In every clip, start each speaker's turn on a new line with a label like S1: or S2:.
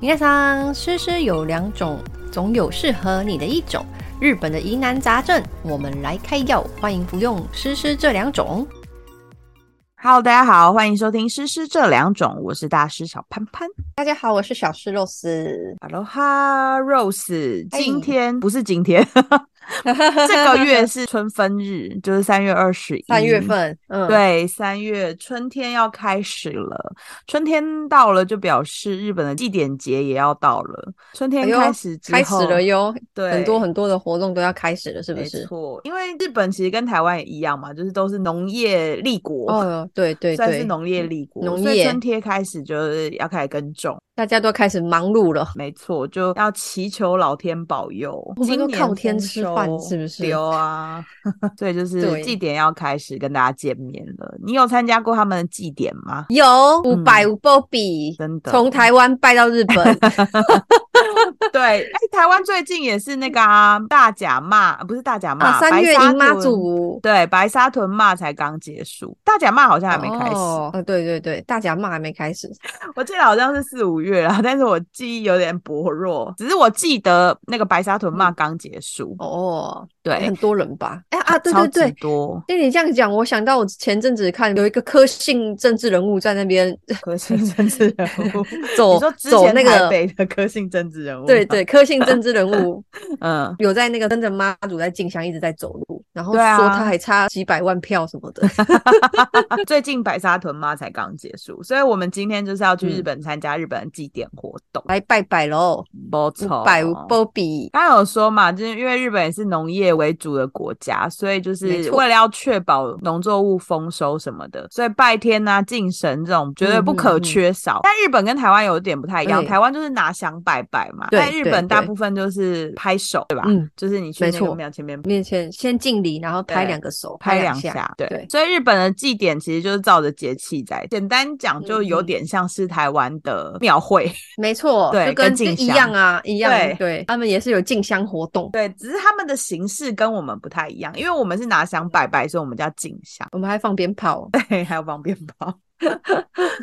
S1: 皆さん，诗诗有两种，总有适合你的一种。日本的疑难杂症，我们来开药，欢迎服用诗诗这两种。
S2: Hello，大家好，欢迎收听《诗诗这两种》，我是大师小潘潘。
S1: 大家好，我是小诗肉
S2: 嗯
S1: 丝。
S2: Aloha Rose，
S1: 哎
S2: 今天、不是今天，这个月是春分日，就是三月二十一，
S1: 三月。份，嗯，，
S2: 对，三月春天要开始了，春天到了就表示日本的祭典节也要到了。春
S1: 哎
S2: 天
S1: 呦
S2: 开始之
S1: 开始
S2: 后，
S1: 了哟，
S2: 对，
S1: 很多很多的活动都要开始了，是不
S2: 没
S1: 是？
S2: 错，因为日本其实跟台湾也一样嘛，就是都是农业立国，
S1: 哦，对对
S2: 算是
S1: 对，嗯
S2: 农业立国，
S1: 农
S2: 所以
S1: 业
S2: 春天开始就是要开始耕种。
S1: 大家都开始忙碌了。
S2: 没错，就要祈求老天保佑。
S1: 我们
S2: 今
S1: 都
S2: 年
S1: 靠天
S2: 丰
S1: 吃饭
S2: 收
S1: 是不是
S2: 丢啊， 对，就是
S1: 对
S2: 祭典要开始跟大家见面了。你有参加过他们的祭典吗？
S1: 有五百五波比，
S2: 真的
S1: 从台湾拜到日 本，
S2: 对，哎、台湾最近也是那个、啊、大甲骂，不是大甲骂，
S1: 啊，三月
S2: 白沙
S1: 迎妈
S2: 屯。
S1: 祖。
S2: 对，白沙屯骂才刚结束，大甲骂好像还没开始。
S1: 哦，呃对对对，大甲骂还没开始，
S2: 我记得好像是四五月啦， 但是我记忆有点薄弱，只是我记得那个白沙屯骂刚结束。
S1: 哦，
S2: 对
S1: 嗯很，多人吧？哎啊，对
S2: 超
S1: 对
S2: 级
S1: 对，
S2: 多。
S1: 听你这样讲，我想到我前阵子看有一个科姓政治人物在那 边
S2: 科姓政治人 物，
S1: 走
S2: 你说之
S1: 走
S2: 前
S1: 那
S2: 台
S1: 个，
S2: 北的科姓政治人物，
S1: 对，对，科姓政治人物
S2: 嗯，
S1: 有在那个跟着妈祖在进香一直在走路，然后
S2: 对啊
S1: 说他还差几百万票什么的，
S2: 最近白沙屯妈才刚结束，所以我们今天就是要去
S1: 嗯
S2: 日本参加日本的祭典活动，
S1: 来拜拜喽，
S2: 不
S1: 五
S2: 错
S1: 嗯百五波比，
S2: 刚刚有说嘛，就是因为日本也是农业为主的国家，所以就
S1: 没
S2: 是
S1: 错
S2: 为了要确保农作物丰收什么的，所以拜天啊、敬神这种绝对不可缺少。但日本跟台湾有点不太一
S1: 嗯
S2: 样，
S1: 对
S2: 台湾就是拿香拜拜嘛，
S1: 对
S2: 但日本
S1: 对
S2: 大
S1: 对
S2: 部分就是拍手，对吧？
S1: 嗯，
S2: 就是你去
S1: 没
S2: 那个
S1: 错
S2: 庙前面
S1: 面前先敬礼，然后拍
S2: 对
S1: 两个手，
S2: 拍
S1: 两
S2: 两下，对，
S1: 对，
S2: 所以日本的祭典其实就是照着节气在。简单讲，
S1: 嗯
S2: 就有点像是台湾的庙会，
S1: 没错，
S2: 对
S1: 就跟
S2: 跟
S1: 就
S2: 进
S1: 一
S2: 香
S1: 样啊，一样，
S2: 对
S1: 对，他们也是有进香活动，
S2: 对，只是他们的形式跟我们不太一样，因为我们是拿香拜拜，所以我们叫敬香，
S1: 我们还放鞭炮，
S2: 对，还有放鞭炮，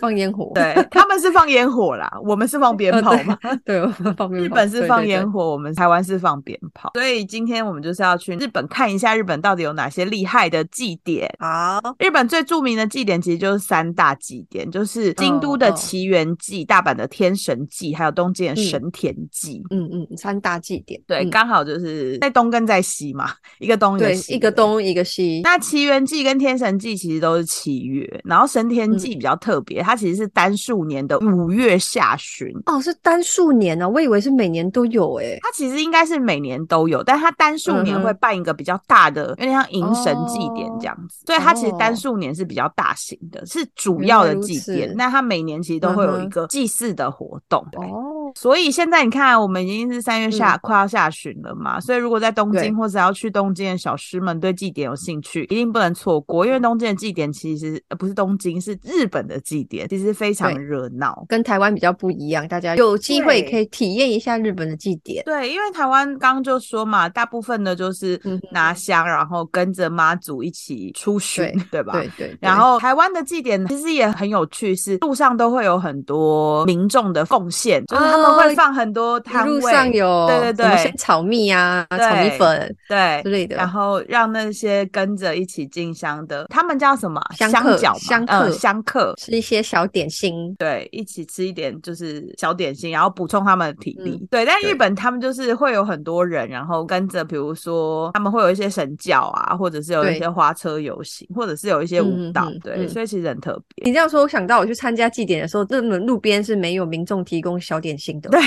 S1: 放烟火，
S2: 对，他们是放烟火啦，我们是放鞭
S1: 呃
S2: 炮
S1: 对
S2: 嘛。
S1: 对，我们放鞭
S2: 日
S1: 炮，
S2: 本是
S1: 对
S2: 放
S1: 对
S2: 烟
S1: 对
S2: 火，我们台湾是放鞭炮，所以今天我们就是要去日本看一下日本到底有哪些厉害的祭典。
S1: 好，
S2: 日本最著名的祭典其实就是三大祭典，就是京都的
S1: 嗯
S2: 奇园祭、大阪的天神祭，还有东京的神田祭。
S1: 嗯嗯，三大祭典，
S2: 对，
S1: 嗯
S2: 刚好就是在东跟在西嘛，一个东一个
S1: 对，
S2: 西，
S1: 一个。东一个西，
S2: 那奇缘祭跟天神祭其实都是七月，然后神
S1: 嗯
S2: 田祭比较特别，它其实是单数年的五月下旬，
S1: 哦，是单数年啊，我以为是每年都有诶、
S2: 它其实应该是每年都有，但它单数年
S1: 嗯哼哦
S2: 会办一个比较大的，有点像迎神祭典这样子，所以它其实单数年是比较大型的，是主要的祭
S1: 原来如
S2: 典
S1: 此。
S2: 那它每年其实都会有
S1: 嗯
S2: 一
S1: 哼
S2: 个祭祀的活动。对
S1: 哦，
S2: 所以现在你看，我们已经是三月下、快要下旬了嘛，所以如果在东
S1: 嗯对
S2: 京或者要去东京的小师们对祭典有兴趣，一定不能错过，因为东京的祭典其实、呃、不是东京，是日本的祭典，其实非常
S1: 对
S2: 热闹。
S1: 跟台湾比较不一样，大家有机会可以体验一下日本的祭典。
S2: 对，因为台湾刚刚就说嘛，大部分的就是
S1: 嗯
S2: 拿香，然后跟着妈祖一起出巡，对吧？
S1: 对对，对
S2: 然后台湾的祭典其实也很有趣，是路上都会有很多民众的奉献，就是他们
S1: 哦
S2: 会放很多摊
S1: 一
S2: 位，
S1: 路上有
S2: 对对
S1: 什么
S2: 对
S1: 鲜炒蜜啊、炒米
S2: 对
S1: 粉
S2: 对
S1: 之，类的，
S2: 然后让那些跟着一起进香的，他们叫什么啊？
S1: 香客
S2: 香脚嘛，
S1: 香
S2: 呃
S1: 客
S2: 香客，
S1: 吃一些小点心。
S2: 对，一起吃一点就是小点心，然后补充他们的体力。
S1: 嗯
S2: 对，但
S1: 对
S2: 日本他们就是会有很多人，然后跟着，比如说他们会有一些神教啊，或者是有一
S1: 对
S2: 些花车游行，或者是有一些
S1: 嗯
S2: 舞
S1: 嗯
S2: 蹈，
S1: 嗯
S2: 对，
S1: 嗯
S2: 所以其实很特别。
S1: 你这样说，我想到我去参加祭典的时候，日本路边是没有民众提供小点心的，
S2: 对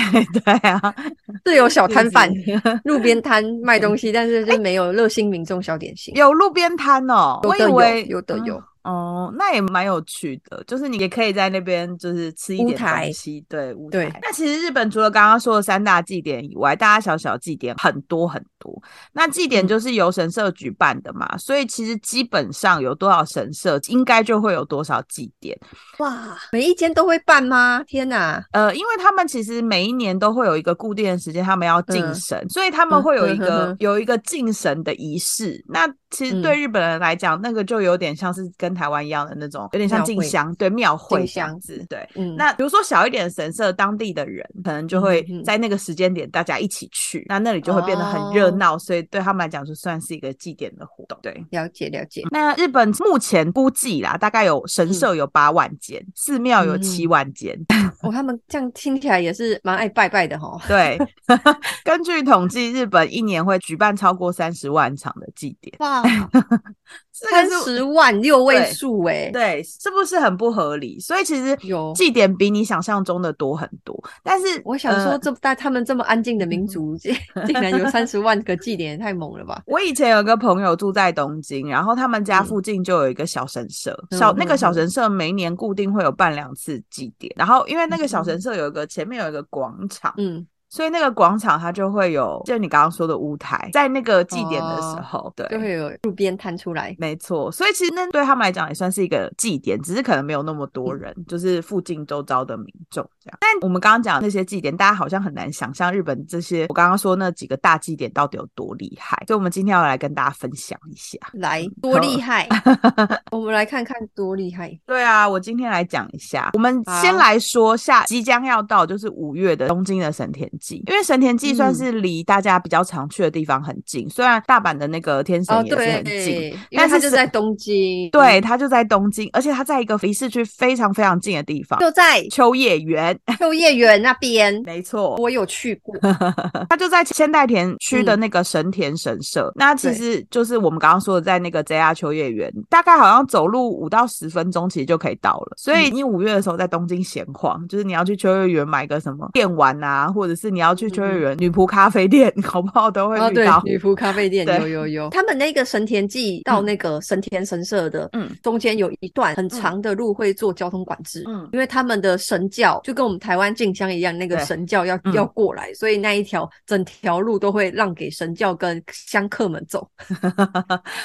S2: 对啊，
S1: 是有小摊贩
S2: 是不是
S1: 路边摊卖东西，但是
S2: 哎
S1: 就没有热心民众小点心。
S2: 有路边摊哦，
S1: 有
S2: 我以
S1: 的有
S2: 为
S1: 有的有
S2: 嗯哦，那也蛮有趣的，就是你也可以在那边就是吃一
S1: 舞
S2: 点
S1: 台
S2: 东西，对舞
S1: 对
S2: 台。那其实日本除了刚刚说的三大祭典以外，大大小小祭典很多很多。那祭典
S1: 嗯
S2: 就是由神社举办的嘛，所以其实基本上有多少神社，应该就会有多少祭典。
S1: 哇，每一间都会办吗？天哪！
S2: 呃，因为他们其实每一年都会有一个固定的时间，他们要敬
S1: 嗯
S2: 神，所以他们会有一
S1: 嗯哼嗯
S2: 个、
S1: 哼
S2: 有一个敬神的仪式。那其实对日本人来讲，那个就有点像是跟台湾一样的那种，有点像进香，对庙会
S1: 进
S2: 这样
S1: 香
S2: 子。对，
S1: 嗯，
S2: 那比如说小一点的神社，当地的人可能就会
S1: 嗯嗯嗯
S2: 在那个时间点大家一起去，那那里就会变得很
S1: 哦
S2: 热闹，所以对他们来讲就算是一个祭典的活动。对，
S1: 了解了解，
S2: 那日本目前估计啦，大概有
S1: 嗯
S2: 神社有八万间，寺庙有七万间。
S1: 哦，他们这样听起来也是蛮爱拜拜的 哈。
S2: 对，根据统计，日本一年会举办超过三十万场的祭典。
S1: 哇，
S2: 这
S1: 三
S2: 个是
S1: 十万六位
S2: 对
S1: 数哎，
S2: 对，是不是很不合理？所以其实
S1: 有
S2: 祭典比你想象中的多很多。但是
S1: 我想
S2: 呃
S1: 说这大他们这么安静的民族， 竟竟然有三十万个祭点，也太猛了吧？
S2: 我以前有个朋友住在东京，然后他们家
S1: 嗯
S2: 附近就有一个小神社，
S1: 嗯
S2: 小
S1: 嗯
S2: 那个小
S1: 嗯
S2: 神社每年固定会有办两次祭典，然后因为那个小神社有一个前面有一个广场，
S1: 嗯，
S2: 所以那个广场它就会有，就你刚刚说的舞台，在那个祭典的时候，
S1: 哦就
S2: 对。
S1: 会有路边摊出来。
S2: 没错，所以其实那对他们来讲也算是一个祭典，只是可能没有那么多
S1: 嗯
S2: 人，就是附近周遭的民众这样。但我们刚刚讲那些祭典，大家好像很难想象日本这些我刚刚说那几个大祭典到底有多厉害，所以我们今天要来跟大家分享一下。
S1: 来，多厉害！我们来看看多厉害。
S2: 对啊，我今天来讲一下。我们
S1: 好
S2: 先来说下即将要到就是五月的东京的神田祭，因为神田祭
S1: 嗯
S2: 算是离大家比较常去的地方很近，虽然大阪的那个天神
S1: 哦，
S2: 也是很近。
S1: 对，因为
S2: 但
S1: 它
S2: 是
S1: 就是在东京，
S2: 对，
S1: 嗯，
S2: 它就在东京，而且它在一个离市区非常非常近的地方，
S1: 就在
S2: 秋叶原。
S1: 秋叶原那边，
S2: 没错，
S1: 我有去过。
S2: 它就在千代田区
S1: 嗯
S2: 的那个神田神社。那其实就是我们刚刚说的，在那个 JR 秋叶原，大概好像走路五到十分钟，其实就可以到了。所
S1: 嗯
S2: 以你五月的时候在东京闲晃，就是你要去秋叶原买个什么电玩啊，或者是你要去秋叶原女仆咖啡店，搞不好都会
S1: 嗯哦，
S2: 遇
S1: 对
S2: 到。，
S1: 女仆咖啡店
S2: 对
S1: 有有嗯有，他们那个神田记到那个神田神社的，
S2: 嗯
S1: 中间有一段很长的路会做交通管制，
S2: 嗯，
S1: 因为他们的神教就跟我们台湾进香一样，那个
S2: 对
S1: 神教要、
S2: 嗯
S1: 要过来，所以那一条整条路都会让给神教跟香客们走。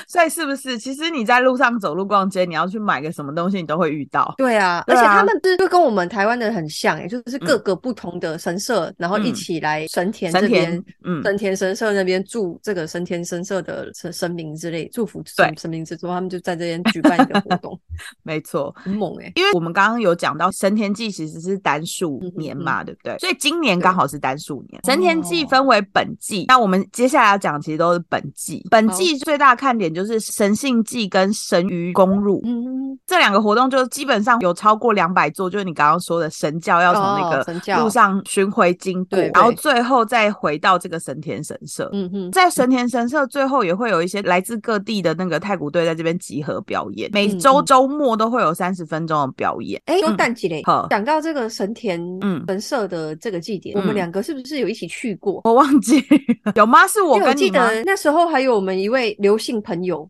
S2: 所以是不是？其实你在路上走路逛街，你要去买个什么东西，你都会遇到。
S1: 对啊，
S2: 对
S1: 而且
S2: 啊
S1: 他们是就跟我们台湾的很像、欸，就是各个不同的神社，然后一
S2: 嗯
S1: 起来神田这
S2: 神
S1: 边。
S2: 田，嗯，
S1: 神田神社那边祝这个神田神社的神神明之类祝福
S2: 对
S1: 神神明之中，他们就在这边举办一个活 动，
S2: 没错。
S1: 很猛哎、
S2: 因为我们刚刚有讲到神田祭其实是单数
S1: 嗯
S2: 年嘛，对不对？所以今年刚好是单数
S1: 哦
S2: 年。神田祭分为本祭，那我们接下来要讲其实都是本祭。本祭最大的看点就是神性祭跟神鱼公入、
S1: 嗯，
S2: 这两个活动，就基本上有超过两百座，就是你刚刚说的神教要从那
S1: 哦神
S2: 个
S1: 教
S2: 路上巡回经过，
S1: 对对
S2: 然后最后再回到这个神田神社。
S1: 嗯哼，
S2: 在神田神社最后也会有一些来自各地的那个太鼓队在这边集合表演，每周
S1: 嗯
S2: 周末都会有三十分钟的表演。
S1: 哎、说
S2: 嗯
S1: 淡季嘞
S2: 好，
S1: 讲到这个神田
S2: 嗯
S1: 神社的这个祭典，我
S2: 嗯
S1: 们两个是不是有一起去过？
S2: 我忘记了 有吗？是我
S1: 因为我
S2: 跟
S1: 记
S2: 你吗？啊
S1: 得那时候还有我们一位刘姓朋友，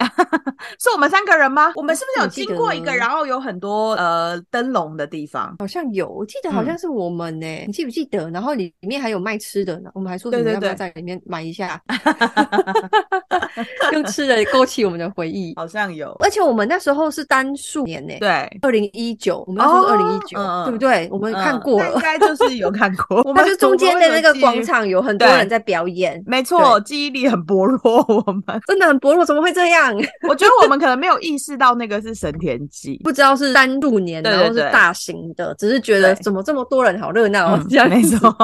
S2: 是我们三个人吗？我们是不是
S1: 我
S2: 有
S1: 记
S2: 经过一
S1: 得
S2: 个，然后有很多呃灯笼的地方？
S1: 好像有，我记得
S2: 嗯
S1: 好像是我们呢、你记不记得？然后里里面还有卖吃的呢，我们还说什么
S2: 对对
S1: 要不要
S2: 对
S1: 在里面买一下， 用吃的勾起我们的回忆。
S2: 好像有。嗯
S1: 而且我们那时候是单数年呢、
S2: 对，
S1: 二零一九，我们那时候是
S2: 哦
S1: 二零一九，
S2: 嗯嗯
S1: 对不对？我们
S2: 嗯
S1: 看过
S2: 那 应
S1: 了，
S2: 该就是有看过。 我
S1: 它
S2: 们
S1: 就中间的那个广，场有很多
S2: 对
S1: 人在表演
S2: 我，们有记忆没错，记忆力很薄弱。我们
S1: 真的很薄弱，怎么会这样？
S2: 我觉得我们可能没有意识到那个是神田祭。
S1: 不知道是单数年，
S2: 对
S1: 然
S2: 对
S1: 后是
S2: 对
S1: 大型的，只是觉得
S2: 对
S1: 怎么这么多人，好热闹、哦
S2: 嗯，
S1: 这样
S2: 没
S1: 子。
S2: 错。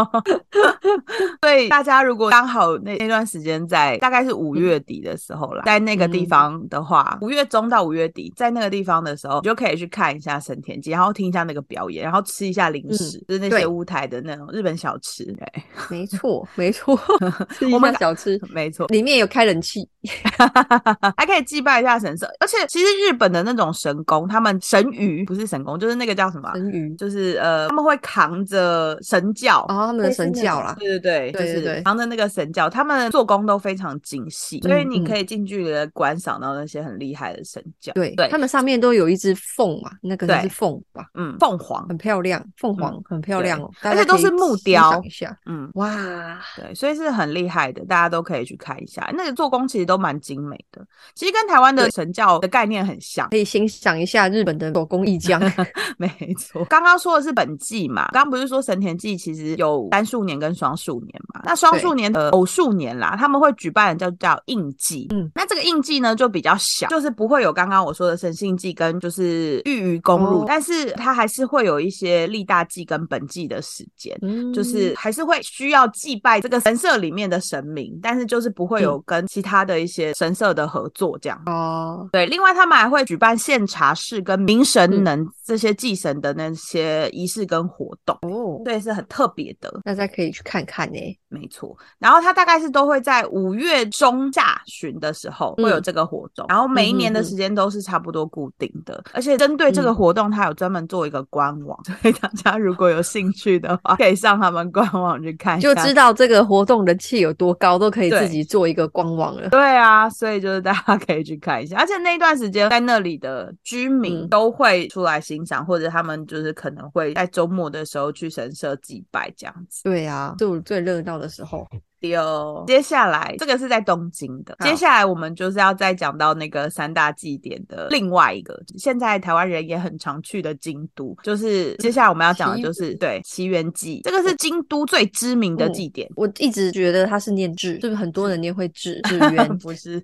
S2: 所以大家如果刚好那那段时间在大概是五月底的时候啦，在那个地方的话，五、月中到五月底，在那个地方的时候，你就可以去看一下神田祭，然后听一下那个表演，然后吃一下零食，就是那
S1: 对
S2: 些屋台的那种日本小吃。对，
S1: 没错， 没错， 吃一
S2: 我们
S1: 下小吃，
S2: 没错，
S1: 里面有开冷气，
S2: 还可以祭拜一下神社。而且其实日本的那种神宫，他们神鱼不是神宫，就是那个叫什么啊？
S1: 神鱼
S2: 就是呃，他们会扛着神教
S1: 哦，他们的神教啦，
S2: 对对
S1: 对
S2: 对，就
S1: 对对
S2: 是扛着那个神教，他们做工都非常精细，所以
S1: 嗯
S2: 你
S1: 嗯
S2: 可以近距离的观赏到那些很厉害的神教。
S1: 对，
S2: 对
S1: 他们上面都有一只凤嘛，那个
S2: 对
S1: 是凤吧，
S2: 嗯，凤凰，
S1: 很漂亮，凤凰、
S2: 嗯
S1: 很漂亮哦，
S2: 而
S1: 大家可
S2: 且
S1: 以
S2: 都是木
S1: 欣赏
S2: 雕
S1: 一下，
S2: 嗯，
S1: 哇，
S2: 对，所以是很厉害的，大家都可以去看一下。那个做工其实都蛮精美的，其实跟台湾的神教的概念很像
S1: 可，以欣赏一下日本的手工艺 匠，
S2: 没错。刚刚说的是本季嘛，刚刚不是说神田季其实有单数年跟双数年嘛？那双数年的偶数年啦，他们会举办叫叫印记。
S1: 嗯，
S2: 那这个印记呢就比较小，就是不会有刚刚我说的神信记跟就是玉鱼公路，
S1: 哦
S2: 但是它还是会有一些历大祭跟本祭的时间。
S1: 嗯
S2: 就是还是会需要祭拜这个神社里面的神明，但是就是不
S1: 嗯
S2: 会有跟其他的一些神社的合作这样。
S1: 哦，
S2: 对，另外他们还会举办献茶室跟明
S1: 嗯
S2: 神能这些祭神的那些仪式跟活动，
S1: 哦，
S2: 对，是很特别的，
S1: 大家可以去看看欸呢、
S2: 没错。然后它大概是都会在五月中下旬的时候
S1: 嗯
S2: 会有这个活动，然后每一年的时间都是差不多固定的，而且针对
S1: 嗯
S2: 这个活动，它有专门做一个官网，所以大家如果有兴趣的话，可以上他们官网去看一下。
S1: 就知道这个活动人气有多高，都可以
S2: 哎对
S1: 自己做一个官网了。
S2: 对啊，所以就是大家可以去看一下，而且那一段时间在那里的居民
S1: 嗯
S2: 都会出来欣赏，或者他们就是可能会在周末的时候去神社祭拜这样子。
S1: 对啊，就最热闹的时候。
S2: 丢，接下来这个是在东京的，
S1: 好
S2: 接下来我们就是要再讲到那个三大祭典的另外一个，现在台湾人也很常去的京都，就是接下来我们要讲的就是对奇缘祭，这个是京都最知名的
S1: 嗯
S2: 祭典，
S1: 我一直觉得它是念志，是不是很多人念会志志源？
S2: 不是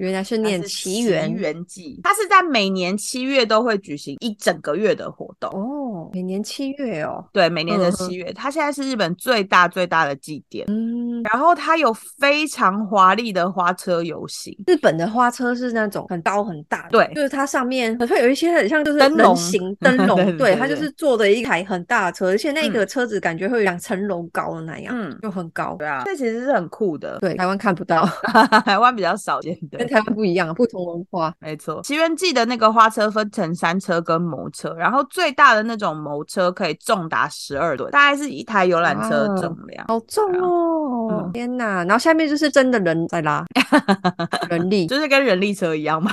S1: 原来是
S2: 它
S1: 念
S2: 是
S1: 奇缘
S2: 缘祭，它是在每年七月都会举行一整个月的活动。
S1: 哦，每年七月哦，
S2: 对，每年的
S1: 嗯哼
S2: 七月，它现在是日本最大最大的祭典。
S1: 嗯，
S2: 然后它有非常华丽的花车游行，
S1: 日本的花车是那种很高很大的，
S2: 对
S1: 就是它上面好像有一些很像就是
S2: 灯笼
S1: 人 形灯笼，
S2: 对对对
S1: 它就是做的一台很大的车，而且那个车子感觉会有两层楼高的那样，
S2: 嗯，
S1: 就很高。
S2: 对啊，这其实是很酷的，
S1: 对，台湾看不到，
S2: 台湾比较少见的
S1: 跟。台湾不一样，不同文化。
S2: 没错，奇缘记的那个花车分成山车跟摩车，然后最大的那种摩车可以重达十二吨，大概是一台游览车
S1: 哇
S2: 重量。
S1: 好重哦！
S2: 啊嗯
S1: 天哪！然后下面就是真的人在拉，人 力
S2: 就是跟人力车一样嘛，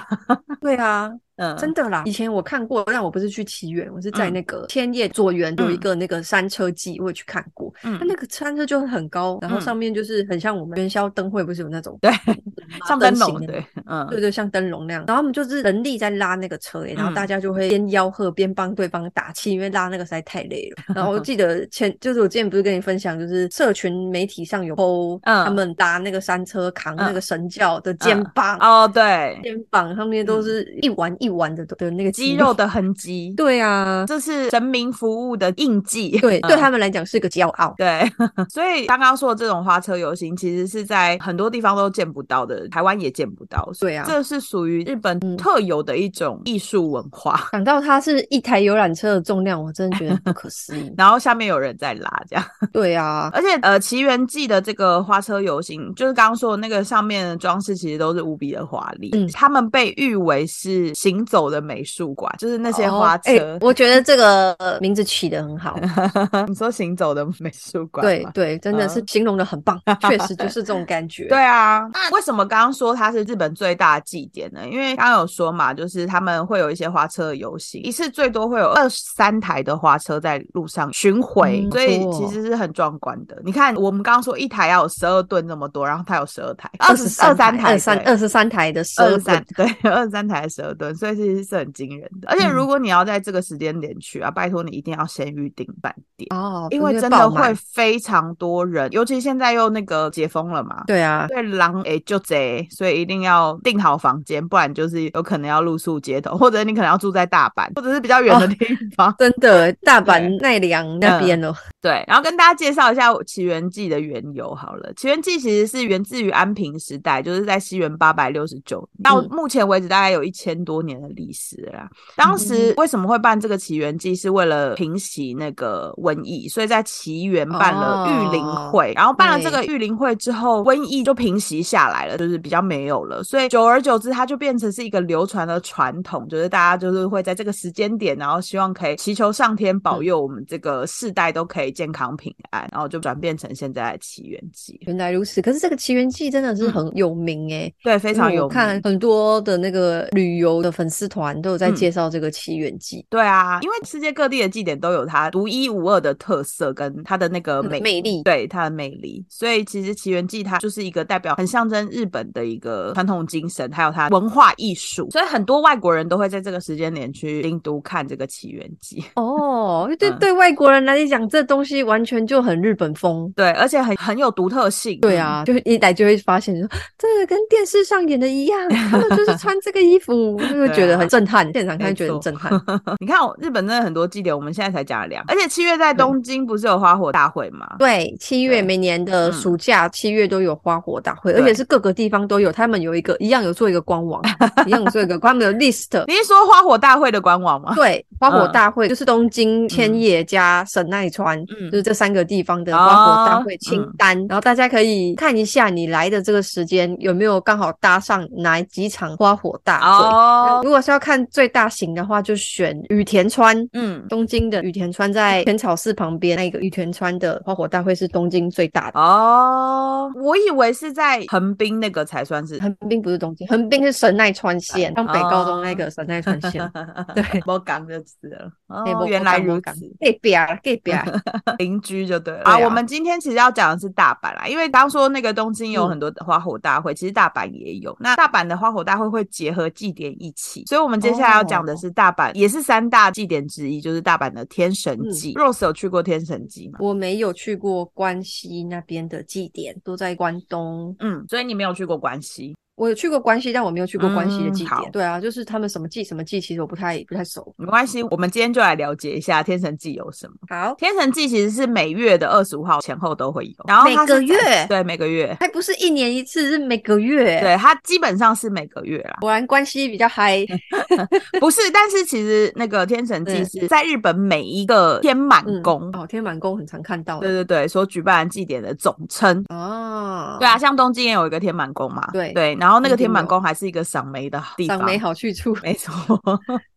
S1: 对啊，
S2: 嗯，
S1: 真的啦。以前我看过，但我不是去奇缘，我是在
S2: 嗯
S1: 那个千叶左园有一
S2: 嗯
S1: 个那个山车季，我也去看过。
S2: 嗯
S1: 它那个山车就很高，然后
S2: 嗯
S1: 上面就是很像我们元宵灯会不是有那种
S2: 对
S1: 拉
S2: 像灯
S1: 型
S2: 笼，
S1: 的
S2: 对，嗯，
S1: 对对，像灯笼那样。然后他们就是人力在拉那个车、欸，然后
S2: 嗯
S1: 大家就会边吆喝边帮对方打气，因为拉那个实在太累了。 然后我记得前就是我之前不是跟你分享，就是社群媒体上有 PO
S2: 嗯
S1: 他们拉那个山车扛那
S2: 嗯
S1: 个神教的肩膀。
S2: 哦，对，
S1: 肩膀上面都是一丸一丸的的那个
S2: 肌肉，的痕迹，
S1: 对啊，
S2: 这是神明服务的印记。
S1: 对，
S2: 嗯
S1: 对他们来讲是个骄傲。
S2: 对， 所以刚刚说的这种花车游行，其实是在很多地方都见不到的，台湾也见不到。所以
S1: 对啊嗯
S2: 这是属于日本特有的一种艺术文化。。
S1: 想到它是一台游览车的重量，我真的觉得不可思议
S2: 然后下面有人在拉，这样，
S1: 对啊，
S2: 而且呃，奇缘记的这个花车游行，就是刚刚说的那个上面的装饰，其实都是无比的华丽。
S1: 嗯
S2: 他们被誉为是行走的美术馆，就是 那些
S1: 哦
S2: 花车。
S1: 哎我觉得这个呃名字起得很好。
S2: 你说行走的美术馆
S1: 对
S2: 吗
S1: 对，真的是
S2: 嗯
S1: 形容的很 棒，确实就是这种感觉。
S2: 对，啊，那为什么刚刚说它是日本最大的祭典呢？因为刚刚有说嘛，就是他们会有一些花车游行，一次最多会有二十三台的花车在路上巡回，
S1: 嗯
S2: 所以
S1: 多哦
S2: 其实是很壮观的。你看，我们刚刚说一台要有十二吨这么多，然后它有十二台，二十
S1: 三
S2: 三
S1: 台，
S2: 台，
S1: 二三
S2: 对
S1: 二十三台的
S2: 二
S1: 蛇
S2: 十三
S1: 滚，
S2: 对 二十三台十二吨，所以其实是很惊人的。而且
S1: 嗯
S2: 如果你要在这个时间点去啊，拜托你一定要先预定饭店，
S1: 哦，
S2: 因为
S1: 就
S2: 真
S1: 爆
S2: 的
S1: 满
S2: 会非常多人，尤其现在又那个解封了嘛，
S1: 对啊，
S2: 对狼诶就贼，所以一定要订好房间，不然就是有可能要露宿街头，或者你可能要住在大阪，或者是比较远的地方。
S1: 真的大
S2: 对嗯
S1: 阪奈良那边哦，
S2: 对，然后跟大家介绍一下《奇缘记》的缘由好了，《奇缘记》其实是源自于安平时代，就是在西元八百六十九，到
S1: 嗯
S2: 目前为止大概有一千多年的历史了啦。当时为什么会办这个《奇缘记》，是为了平息那个瘟疫，所以在奇缘办了御林会，然后办了这个御林会之后，瘟疫就平息下来了，就是比较没有了，所以久而久之，它就变成是一个流传的传统，就是大家就是会在这个时间点，然后希望可以祈求上天
S1: 嗯
S2: 保佑我们这个世代都可以健康平安，然后就转变成现在的奇缘记，
S1: 原来如此。可是这个奇缘记真的是
S2: 嗯
S1: 很有名诶，欸
S2: 对，非
S1: 因为
S2: 常有
S1: 我看
S2: 名。
S1: 很多的那个旅游的粉丝团都有
S2: 嗯
S1: 在介绍这个七元祭，
S2: 对啊，因为世界各地的祭典都有它独一无二的特色跟它的那个美
S1: 嗯魅力
S2: 对它的魅力，所以其实《奇缘记》它就是一个代表很象征日本的一个传统精神，还有它文化艺术，所以很多外国人都会在这个时间点去京都看这个《奇缘记》。
S1: 哦，对对，外国人来讲，这东西完全就很日本风。
S2: 对，而且很很有独特性。
S1: 对啊，就一来就会发现说，这个跟电视上演的一样，他们就是穿这个衣服，就会觉得很震撼，现场看就觉得很震撼。
S2: 嗯你看，日本真的很多祭典，我们现在才讲了两，而且七月
S1: 嗯
S2: 在东京不是有花火大会吗？
S1: 对，七月每年的暑假，七月都有花火大会，而且是各个地方都有，他们有一个一样有做一个官网，一样有做一个，他们有 list。
S2: 你是说花火大会的官网吗？
S1: 对，花火大会就是东京、千叶加神奈川，
S2: 嗯
S1: 就是这三个地方的花火大会清单，然后大家可以看一下你来的这个时间有没有刚好搭上哪几场花火大会。
S2: 哦，
S1: 如果是要看最大型的话，就选羽田川。
S2: 嗯，
S1: 东京的羽田川在浅草寺旁边，那个羽田川的花火大会是东京最大的。
S2: 哦，我以为是在横滨那个才算是。
S1: 横滨不是东京，横滨是神奈川县，像北高中那个神奈川县。 对，
S2: 我港就是了。哦
S1: 哎，我
S2: 原来
S1: 我
S2: 如
S1: 讲
S2: 此，
S1: 隔壁啊，隔壁啊，
S2: 邻居就对了。
S1: 对啊
S2: 我们今天其实要讲的是大阪啦，因为刚说那个东京有
S1: 嗯
S2: 很多花火大会，其实大阪也有。那大阪的花火大会会结合祭典一起，所以我们接下来要讲的是大阪，也是三大祭典之一，就是大阪的天神祭。Rose 有去过天神祭吗？
S1: 我没有去过关西那边的祭典，都在关东。
S2: 嗯，所以你没有去过关西，
S1: 我有去过关西，但我没有去过关西的祭
S2: 嗯好
S1: 典。对啊，就是他们什么祭什么祭，其实我不太不太熟。
S2: 没关系，我们今天就来了解一下天神祭有什么。
S1: 好，
S2: 天神祭其实是每月的二十五号前后都会有，然后它是
S1: 每个月
S2: 在对每个月，
S1: 还不是一年一次，是每个月。，
S2: 对它基本上是每个月啦。
S1: 果然关西比较嗨。
S2: 不是，但是其实那个天神祭
S1: 对
S2: 是在日本每一个天满
S1: 嗯，
S2: 宫，
S1: 哦，天满宫很常看到
S2: 对
S1: 的。
S2: 对对，所举办祭典的总称。
S1: 哦，
S2: 对啊，像东京也有一个天满宫嘛，
S1: 对
S2: 对，然后那个
S1: 东京
S2: 天满
S1: 有
S2: 宫还是一个赏梅的地方，
S1: 赏梅好去处，
S2: 没错，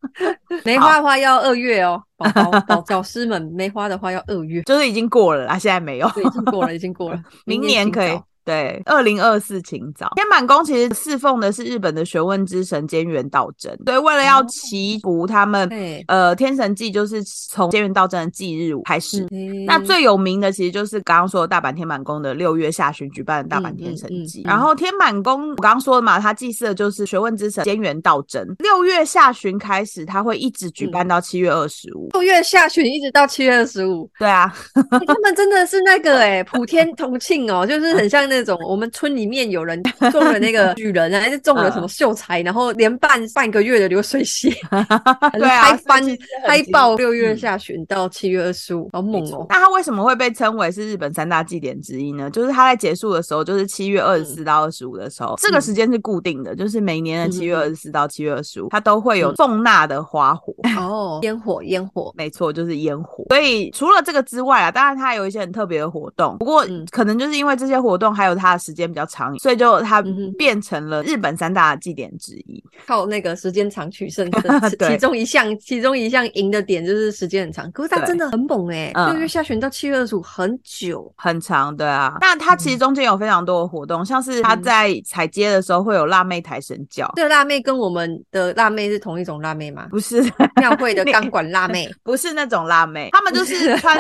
S1: 梅花的话要二月哦，宝 宝宝教师们，梅花的话要二月，
S2: 就是已经过了啦，现在没有，
S1: 对，已经过了，已经过了，
S2: 明
S1: 年
S2: 年可以
S1: 请。
S2: 对，二零二四清早，天满宫其实侍奉的是日本的学问之神菅原道真，所以为了要
S1: 哦
S2: 祈福他们
S1: 早，，哎，
S2: 呃，天神祭就是从菅原道真的忌日开始，那
S1: 那
S2: 最有名的其实就是刚刚说的大阪天满宫的六月下旬举办的大阪天神
S1: 嗯
S2: 祭。
S1: 嗯嗯
S2: 然后天满宫，我刚刚说的嘛，它祭祀的就是学问之神菅原道真。六月下旬开始，它会一直
S1: 嗯
S2: 举办到七月二十五。
S1: 六月下旬一直到七月二十五，
S2: 对啊，
S1: 哎他们真的是那个哎、普天同庆哦，就是很像那种我们村里面有人中了那 个举人啊，还是中了什
S2: 嗯
S1: 么秀才，然后连办半个月的流水 席，
S2: 对啊，
S1: 嗨翻
S2: 所以其实很
S1: 嗨
S2: 精
S1: 爆！六月
S2: 嗯
S1: 下旬到七月二十五，好猛哦！
S2: 那它为什么会被称为是日本三大祭典之一呢？就是它在结束的时候，就是七月二十四到二十五的时候，这个时间是固定的，就是每年的七月
S1: 嗯嗯
S2: 二十四到七月二十五，它都会有奉纳的花火。
S1: 哦，烟火烟火，
S2: 没错，就是烟火。所以除了这个之外啊，当然它有一些很特别的活动，不过
S1: 嗯
S2: 可能就是因为这些活动还有它的时间比较长，所以就它
S1: 嗯哼
S2: 变成了日本三大祭典之一。
S1: 靠那个时间长取 胜的其
S2: 对
S1: 其中一项，其中一项赢的点就是时间很长，可是它
S2: 对
S1: 真的很猛哎、
S2: 嗯
S1: 六月下旬到七月二十五很久，
S2: 很长，对啊。那它其实中间有非常多的活动，像是它
S1: 嗯
S2: 在踩街的时候会有辣妹抬神轿，
S1: 这个辣妹跟我们的辣妹是同一种辣妹吗？
S2: 不是
S1: 庙会的钢管 辣妹，
S2: 不是那种辣妹，他 们就是穿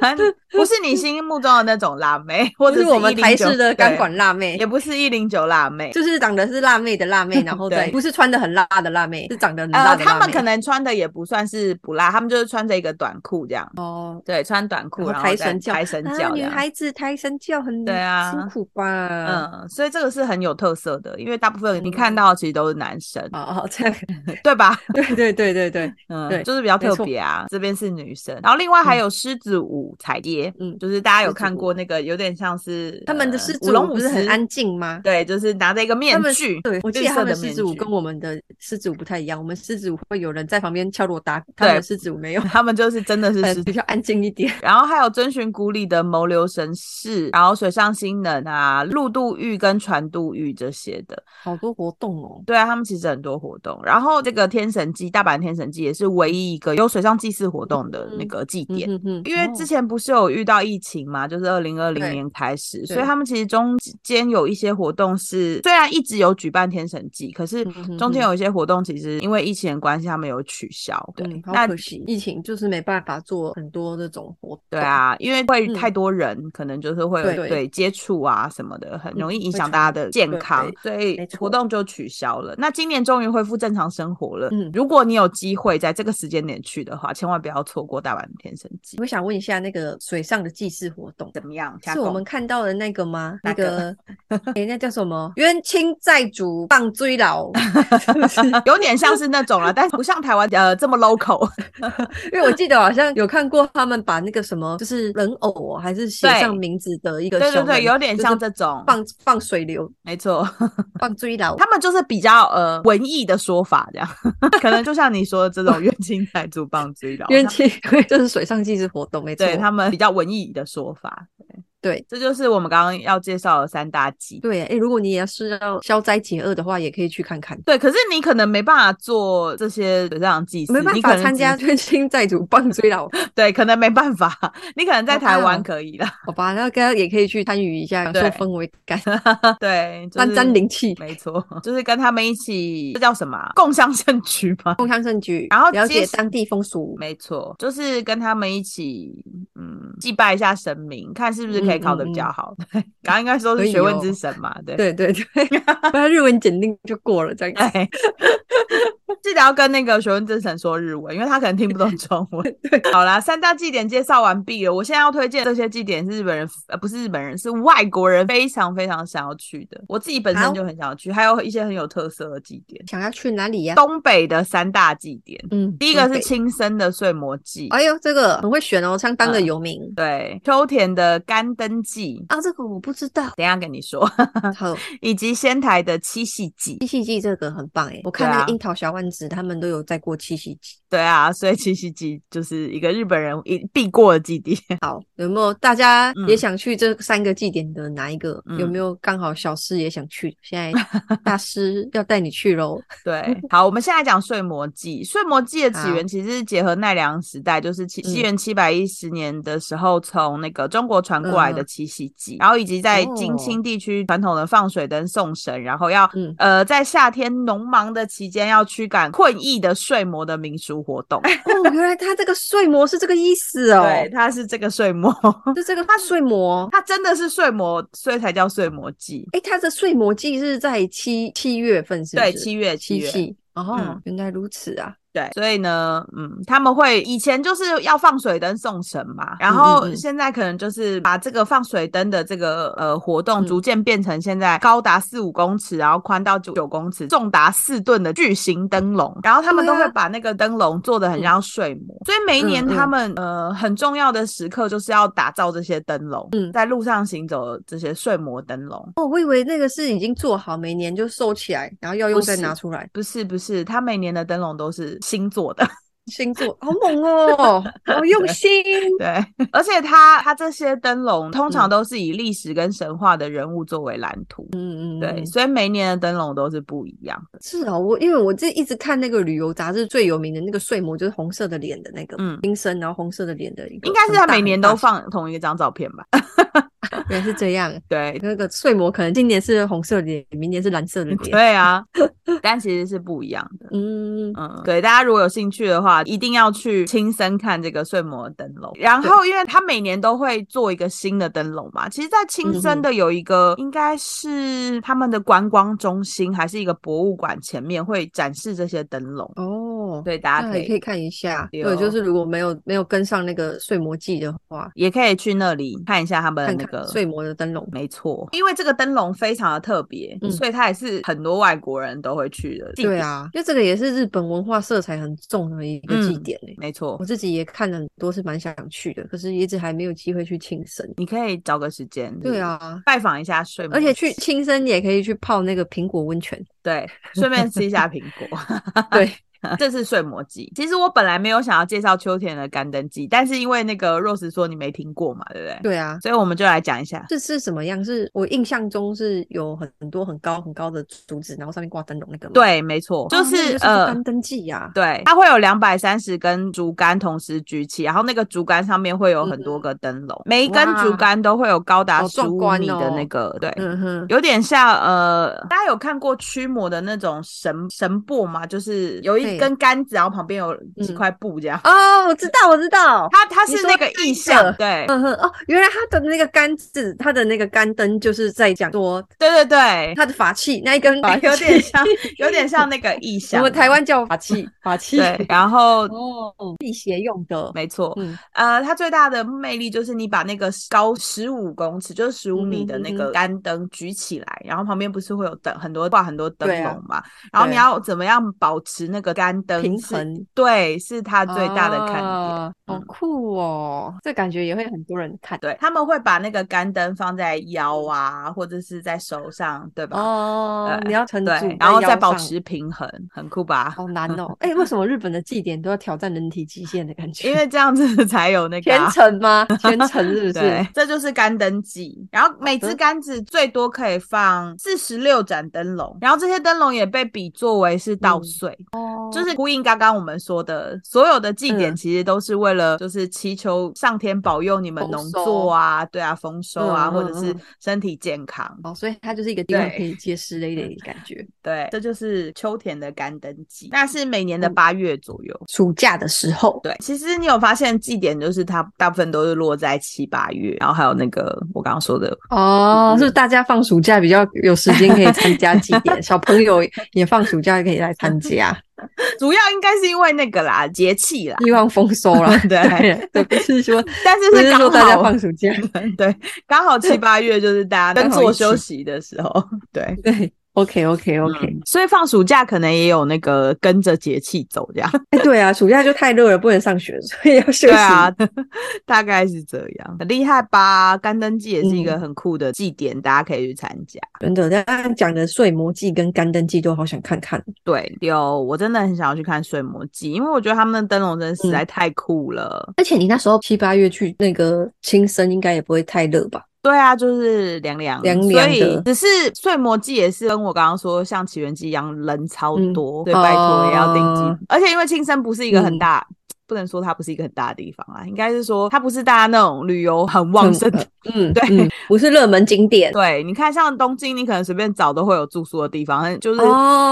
S2: 穿，不是你心目中的那种辣妹，或
S1: 不
S2: 者
S1: 是我们
S2: 109
S1: 台式的钢，
S2: 对
S1: 管辣妹
S2: 也，不是一零九辣妹，
S1: 就是长得是辣妹的辣 妹，然后再
S2: 对
S1: 不是穿的很辣的辣妹，是长得很辣
S2: 呃，
S1: 的
S2: 他
S1: 辣
S2: 们
S1: 妹。
S2: 可能穿的也不算是不辣，他们就是穿着一个短裤这样，
S1: 哦，
S2: 对，穿短裤
S1: 然后
S2: 然后
S1: 抬
S2: 再
S1: 神轿
S2: 抬神
S1: 啊，
S2: 轿这
S1: 女
S2: 样。
S1: 孩子抬神轿很
S2: 对啊
S1: 辛苦吧？
S2: 嗯，所以这个是很有特色的，因为大部分你
S1: 啊嗯
S2: 看到的其实都是男生，
S1: 哦哦，这样，
S2: 对吧？
S1: 对对对对 对，
S2: 嗯，
S1: 对
S2: 就是比较
S1: 没
S2: 特
S1: 错
S2: 别啊。这边是女生，然后另外还
S1: 嗯
S2: 有狮子舞彩街，
S1: 嗯
S2: 就是大家有
S1: 狮子
S2: 看
S1: 舞
S2: 过那个，有点像是
S1: 他们的
S2: 呃
S1: 狮
S2: 舞
S1: 子舞
S2: 龙舞
S1: 不是很
S2: 狮
S1: 安静吗？
S2: 对，就是拿着一个面
S1: 他们
S2: 具，
S1: 对我记
S2: 绿
S1: 得他
S2: 色
S1: 们
S2: 的
S1: 狮
S2: 面
S1: 子舞
S2: 具
S1: 跟我们的狮子舞不太一样，我们狮子舞会有人在旁边敲锣打鼓，他们
S2: 对
S1: 的狮子舞没有，
S2: 他们就是真 的是狮
S1: 呃
S2: 子
S1: 比较安静一点。
S2: 然后还有遵循古礼的谋流神事，然后水上新人啊、陆渡浴跟船渡浴这些的。
S1: 好多活动哦，
S2: 对啊，他们其实很多活动。然后这个天神祭，大阪天神祭也是唯一一个有水上祭祀活动的那个祭
S1: 嗯
S2: 典。
S1: 哼哼，
S2: 因为之
S1: 哦
S2: 前不是有遇到疫情嘛，就是二零二零
S1: 对
S2: 年开始，所以他们其实中间有一些活动是虽然一直有举办天神祭，可
S1: 嗯
S2: 是中间有一些活动其实因为疫情的关系，他们有取消。对，
S1: 嗯、好可惜，疫情就是没办法做很多这种活动。
S2: 对啊，因为会太多人，嗯、可能就是会对接触啊什么的，
S1: 嗯
S2: 很容易影响大家的健康，所以活动就取消了。那今年终于恢复正常生活了。嗯，如果你有机会在这个时间点去的话，千万不要错过大阪天神祭。
S1: 我想问一下，那个水上的祭祀活动
S2: 怎么样？
S1: 是我们看到的那个吗？那个， 哎，那叫什么？冤亲债主棒追牢，
S2: 呃有点像是那种了，但不像台湾呃这么 local。
S1: 因为我记得好像有看过他们把那个什么，就是人偶啊还是写上名字的一个，
S2: 对对对，有点像这种
S1: 放放水流，
S2: 没错，
S1: 放追牢。
S2: 他们就是比较呃文艺的说法，这样 可能就像你说的这种冤 亲债主棒追牢，
S1: 冤亲就是水上祭祀活动，没错，
S2: 对他们比较文艺的说法。对
S1: 对，
S2: 这就是我们刚刚要介绍的三大祭。
S1: 对，哎，如果你也是要消灾解厄的话，也可以去看看。
S2: 对，可是你可能没办法做这些这样祭祀，
S1: 没办法参加 冤亲债主棒追老。
S2: 对，可能没办法。你可能在台湾可以啦。
S1: 好吧，那大家也可以去参与一下，感受氛围 感。
S2: 对，
S1: 沾沾灵气。
S2: 没错，就是跟他们一起，这叫什么？共襄盛举吗？
S1: 共襄盛举，
S2: 然后
S1: 了解当地风俗。
S2: 没错，就是跟他们一起，嗯，祭拜一下神明，看是不是。可
S1: 嗯
S2: 以考的比较好，对，刚刚应该说是学
S1: 哦
S2: 问之神嘛，对，
S1: 对对 对，他日文检定就过了，这样。
S2: 记得要跟那个学问之神说日文，因为他可能听不懂中文。好啦，三大祭典介绍完毕了，我现在要推荐这些祭典是日本人，呃，不是日本人，是外国人非常非常想要去的。我自己本身就很想要去，还有一些很有特色的祭典。
S1: 想要去哪里呀？
S2: 东北的三大祭典，
S1: 嗯，
S2: 第一个是青森的睡魔祭，
S1: 哎呦，这个很会选哦，相当
S2: 嗯
S1: 的有名。
S2: 对，秋田的干。登记
S1: 啊，这个我不知道，
S2: 等下跟你说。
S1: 好，
S2: 以及仙台的七夕祭，
S1: 七夕祭这个很棒哎，我看
S2: 啊
S1: 那个樱桃小丸子他们都有在过七夕祭。
S2: 对啊，所以七夕祭就是一个日本人一必过的祭典。
S1: 好，有没有大家
S2: 嗯
S1: 也想去这三个祭典的哪一个？嗯、有没有刚好小师也想去？现在 大师要带你去喽。
S2: 对，好，我们现在讲睡魔祭。睡魔祭的起源其实是结合奈良时代，就是七西元七百一十年的时候，从那个中国传过来。的七夕祭，然后以及在金青地区传统的放水灯送神，然后要、哦嗯、呃在夏天农忙的期间要驱赶困意的睡魔的民俗活动。
S1: 哦，原来他这个睡魔是这个意思哦，
S2: 对，他是这个睡 魔，
S1: 是这个他睡魔，
S2: 他真的是睡魔，所以才叫睡魔祭。
S1: 哎，他的睡魔祭是在七七月份是,不
S2: 是？对，七月七月。
S1: 七哦，嗯、原来如此啊！
S2: 对，所以呢，嗯，他们会以前就是要放水灯送神嘛，然后现在可能就是把这个放水灯的这个呃活动，逐渐变成现在高达四五公尺，然后宽到九九公尺，重达四吨的巨型灯笼，然后他们都会把那个灯笼做的很像睡魔，啊嗯、所以每一年他们、嗯、呃很重要的时刻就是要打造这些灯笼，嗯，在路上行走的这些睡魔灯笼。
S1: 哦，我以为那个是已经做好，每年就收起来，然后要用再拿出来，
S2: 不是不是。是他每年的灯笼都是新做的。
S1: 星座好猛 哦，好用心。
S2: 对， 而且它它这些灯笼通常都是以历史跟神话的人物作为蓝图，
S1: 嗯嗯，
S2: 对，所以每年的灯笼都是不一样的。
S1: 是啊、哦，我因为我这一直看那个旅游杂志，最有名的那个睡魔就是红色的脸的那个，嗯，金身然后红色的脸的一个，
S2: 应该是他每年都放同一张照片吧？
S1: 原来是这样。
S2: 对，
S1: 那个睡魔可能今年是红色脸，明年是蓝色的脸。
S2: 对 啊，但其实是不一样的。
S1: 嗯
S2: 嗯，对，大家如果有兴趣的话。一定要去亲身看这个睡魔灯笼，然后因为他每年都会做一个新的灯笼嘛。其实，在亲身的有一个，嗯、应该是他们的观光中心还是一个博物馆前面会展示这些灯笼
S1: 哦。
S2: 对，大家可
S1: 以可以看一下。
S2: 哦
S1: 对，就是如果没有没有跟上那个睡魔季的话，
S2: 也可以去那里看一下他呃们那个
S1: 睡魔的灯笼。
S2: 没错，因为这个灯笼非常的特别，嗯、所以它也是很多外国人都会去的。
S1: 对啊，因为这个也是日本文化色彩很重的一。一个祭典、欸
S2: 嗯、没错，
S1: 我自己也看了很多，是蛮想去的，可是一直还没有机会去庆生。
S2: 你可以找个时间，
S1: 对啊，
S2: 拜访一下睡
S1: 而且去庆生也可以去泡那个苹果温泉，
S2: 对，顺便吃一下苹果，
S1: 对。
S2: 这是睡魔记。其实我本来没有想要介绍秋田的干灯记，但是因为那个 Rose 说你没听过嘛，对不对？
S1: 对啊，
S2: 所以我们就来讲一下。
S1: 这是什么样？是我印象中是有很多很高很高的竹子，然后上面挂灯笼那个吗？
S2: 对，没错，
S1: 哦，
S2: 是、
S1: 那个
S2: 呃，
S1: 干灯记呀、
S2: 对，它会有两百三十根竹竿同时举起，然后那个竹竿上面会有很多个灯笼，每一根
S1: 嗯哇
S2: 竹竿都会有高达
S1: 好
S2: 十
S1: 壮
S2: 五
S1: 观
S2: 米的
S1: 哦
S2: 那个，对。
S1: 嗯哼，
S2: 有点像呃，大家有看过驱魔的那种绳绳布吗？就是有
S1: 对
S2: 一根杆子，然后旁边有几
S1: 嗯
S2: 块布这样。
S1: 哦，我知道，我知道。
S2: 它它
S1: 你
S2: 是
S1: 说
S2: 那个
S1: 那
S2: 意
S1: 个
S2: 象，对
S1: 嗯哼，哦，原来他的那个杆子，他的那个杆灯就是在讲说
S2: 对对对，
S1: 他的法器那一根法器，
S2: 有点像，有点像那个意
S1: 我
S2: 象。
S1: 们台湾叫法器， 法器。
S2: 对，然后
S1: 哦，辟邪用的。
S2: 没错，
S1: 嗯，
S2: 呃，它最大的魅力就是你把那个高十五公尺，就是十五米的那
S1: 嗯
S2: 个
S1: 哼
S2: 杆灯举起来，然后旁边不是会有灯很多挂很多灯
S1: 对啊
S2: 笼嘛？然后你
S1: 对
S2: 要怎么样保持那个杆灯
S1: 平
S2: 是？
S1: 衡
S2: 对，是它最大的看点。
S1: 啊好
S2: 嗯
S1: 酷哦！这感觉也会很多人看
S2: 对，他们会把那个杆灯放在腰
S1: 嗯
S2: 啊，或者是在手上，对吧？
S1: 哦
S2: 对。
S1: 你要撑住
S2: 呃对，，然后再
S1: 再
S2: 保持平衡，很酷吧？
S1: 好难 哦！哎，为什么日本的祭典都要挑战人体极限的感觉？
S2: 因 为这样子 才有那个啊、
S1: 全程 吗？全程是不
S2: 对
S1: 是？，
S2: 这就是干灯季。然后每
S1: 好
S2: 只
S1: 的
S2: 杆子最多可以放四十六盏灯笼，然后这些灯笼也被比作为是稻
S1: 嗯
S2: 穗，
S1: 哦
S2: 就是呼应刚刚我们说的，所有的祭典
S1: 嗯
S2: 其实都是为了就是祈求上天保佑你们
S1: 丰
S2: 农
S1: 收
S2: 作啊，对啊，丰收啊，
S1: 嗯
S2: 或
S1: 嗯
S2: 者是
S1: 嗯
S2: 身体健康。
S1: 哦，所以它就是一个地方
S2: 对嗯
S1: 可以结识累累的感觉。
S2: 对，这就是秋田的干灯季，那是每年的
S1: 嗯
S2: 八月左右。
S1: 暑假的时候，
S2: 对，其实你有发现祭典就是它大部分都是落在七八月，然后还有那个我刚刚说的
S1: 哦，
S2: 嗯
S1: 是不是大家放暑假比较有时间可以参加祭 典，小朋友也放暑假可以来参加，
S2: 主要应该是因为那个啦，节气啦，。
S1: 希望丰收啦
S2: 嗯对，
S1: 对，不是 说
S2: 但是
S1: 不
S2: 是
S1: 是说
S2: 刚
S1: 大家
S2: 好
S1: 放暑假，
S2: 对，刚好七八月就是大家
S1: 刚好
S2: 工作
S1: 一起
S2: 休息的时候，对
S1: 对。OK OK OK，
S2: 嗯所以放暑假可能也有那个跟着节气走这样，
S1: 哎、对啊，暑假就太热了，不能上学，所以要休息。
S2: 对啊，大概是这样，很厉害吧？干灯季也是一个
S1: 嗯
S2: 很酷的祭典，大家可以去参加。
S1: 真的，刚刚讲的《睡魔记》跟《干灯记》都好想看看。
S2: 对，有，我真的很想要去看睡魔记，因为我觉得他们的灯笼真的实在太酷了。
S1: 而且你那时候七八月去那个青森，应该也不会太热吧？
S2: 对啊，就是凉凉
S1: 凉凉
S2: 所以
S1: 的
S2: 只是睡魔记也是跟我刚刚说像起源记一样人超
S1: 嗯
S2: 多，对，拜托也要订
S1: 哦
S2: 机。而且因为青森不是一个很
S1: 嗯
S2: 大，不能说它不是一个很大的地方啊，应该是说它不是大家那种旅游很旺盛的。
S1: 嗯，
S2: 对
S1: 嗯，不是热门景点。
S2: 对，你看像东京，你可能随便找都会有住宿的地方，就是、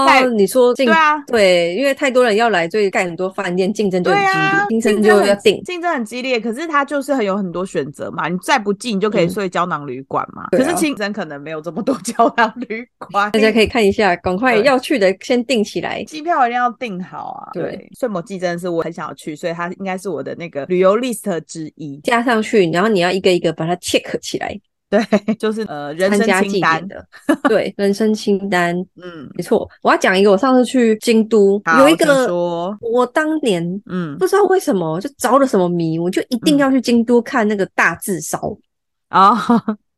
S2: 在
S1: 哦，你说进
S2: 对啊，
S1: 对，因为太多人要来，所以盖很多饭店，竞争就
S2: 对
S1: 很激
S2: 啊
S1: 烈，，
S2: 竞
S1: 竞
S2: 争
S1: 争就要
S2: 很
S1: 定。
S2: 竞争很激烈，可是它就是很有很多选择嘛，你再不济你就可以
S1: 嗯
S2: 睡胶囊旅馆嘛。
S1: 对
S2: 可是
S1: 啊
S2: 青森可能没有这么多 胶囊旅馆，
S1: 大家可以看一下，赶快
S2: 对
S1: 要去的先定起来。
S2: 机票一定要订好啊！
S1: 对，
S2: 睡魔记真的是我很想要去，所以它应该是我的那个旅游 list 之一。
S1: 加上去，然后你要一个一个把它 check 起来，
S2: 对， 就是呃人
S1: 参加
S2: 生清
S1: 祭典。
S2: 单
S1: 的，对，人生清单，
S2: 嗯，
S1: 没错。我要讲一个，我上次去京都
S2: 好
S1: 有一
S2: 请
S1: 个，
S2: 说，
S1: 我当年
S2: 嗯
S1: 不知道为什么就着了什么迷，我就一定要去京都看那个大字烧。
S2: 啊，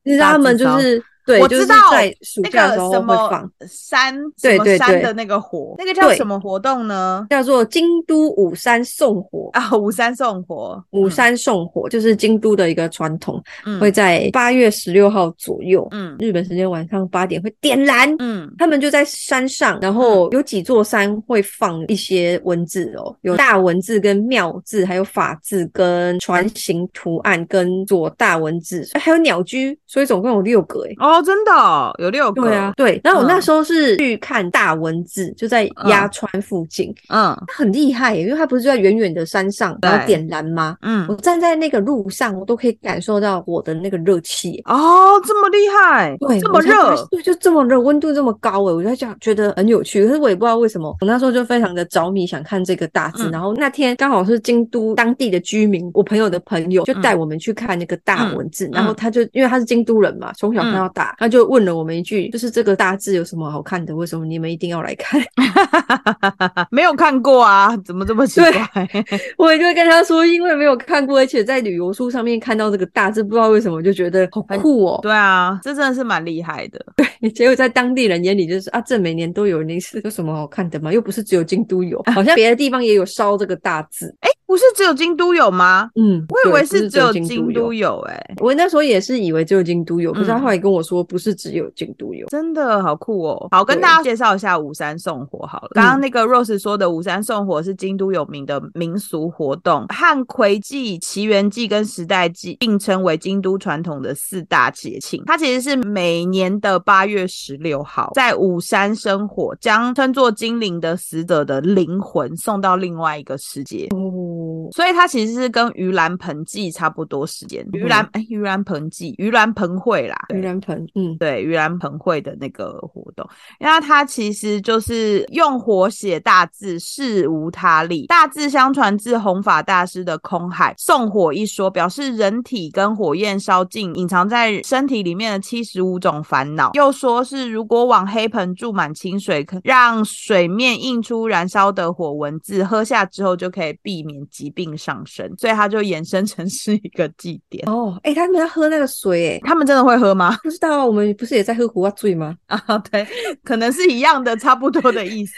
S1: 你知道他们就
S2: 大字烧
S1: 是对，
S2: 我
S1: 就
S2: 知
S1: 是
S2: 道
S1: 在暑
S2: 哦那
S1: 假的
S2: 个
S1: 时候
S2: 什
S1: 会
S2: 么
S1: 放，
S2: 山，
S1: 对
S2: 什么
S1: 对
S2: 山
S1: 对
S2: 的那个火，那个叫
S1: 对
S2: 什么活动呢？
S1: 叫做京都五山送火。
S2: 啊，五山送火，
S1: 五山送火就是京都的一个传统，
S2: 嗯
S1: 会在八月十六号左右，
S2: 嗯
S1: 日本时间晚上八点会点燃。
S2: 嗯
S1: 他们就在山上，然后有几座山会放一些文字哦，有大文字、跟妙字，还有法字、跟船形图案、跟左大文字，还有鸟居，所以总共有六个诶。
S2: 哦，真的哦有六个，
S1: 对啊，，对。然后我那
S2: 嗯
S1: 时候是去看大文字，就在鸭川附近，
S2: 嗯
S1: 它很厉害耶，欸因为它不是就在远远的山上，然
S2: 对
S1: 后点燃吗？我
S2: 嗯，
S1: 站在那个路上，我都可以感受到我的那个热气欸耶。
S2: 哦，这么厉害，
S1: 对，
S2: 这么
S1: 我才发现
S2: 热，
S1: 对，就这么热，温度这么高哎，我就想觉得很有趣。可是我也不知道为什么，我那时候就非常的着迷，想看这个大字。
S2: 嗯
S1: 然后那天刚好是京都当地的居民，
S2: 嗯嗯
S1: 我朋友的朋友就带我们去看那个大文字。然后他就因为他是京都人嘛，从小看到大，大，他就问了我们一句，就是这个大字有什么好看的？为什么你们一定要来看？
S2: 没有看过啊，怎么这么奇怪？
S1: 我就跟他说，因为没有看过，而且在旅游书上面看到这个大字，不知道为什么就觉得好酷哦。
S2: 对啊，这真的是蛮厉害的。
S1: 对，结果在当地人眼里就是啊，这每年都有，你是有什么好看的吗？又不是只有京都有，好像别的地方也有烧这个大字。
S2: 啊哎、欸，不是只有京都有吗？
S1: 嗯，
S2: 我以为
S1: 是
S2: 只有京都有、嗯欸。哎，
S1: 我那时候也是以为只有京都有，可是他后来跟我说不是只有京都有，
S2: 真的好酷哦。好，跟大家介绍一下五山送火好了。刚刚那个 Rose 说的五山送火是京都有名的民俗活动，和葵祭、祈元祭跟时代祭并称为京都传统的四大节庆。它其实是每年的八月十六号在五山生火，将称作精灵的死者的灵魂送到另外一个世界。
S1: 哦，
S2: 所以它其实是跟盂兰盆祭差不多时间。盂兰哎，盂兰盆祭，盂兰盆会啦，
S1: 盂兰盆，嗯，
S2: 对，盂兰盆会的那个活动，那它其实就是用火写大字，事无他力。大字相传自弘法大师的《空海送火》一说，表示人体跟火焰烧尽隐藏在身体里面的七十五种烦恼。又说是如果往黑盆注满清水，让水面映出燃烧的火文字，喝下之后就可以避免疾病上身，所以它就衍生成是一个祭典。
S1: 哦，哎、欸，他们要喝那个水、欸，哎，
S2: 他们真的会喝吗？
S1: 不知道，我们不是也在喝苦瓜醉吗？
S2: 啊，对，可能是一样的，差不多的意思，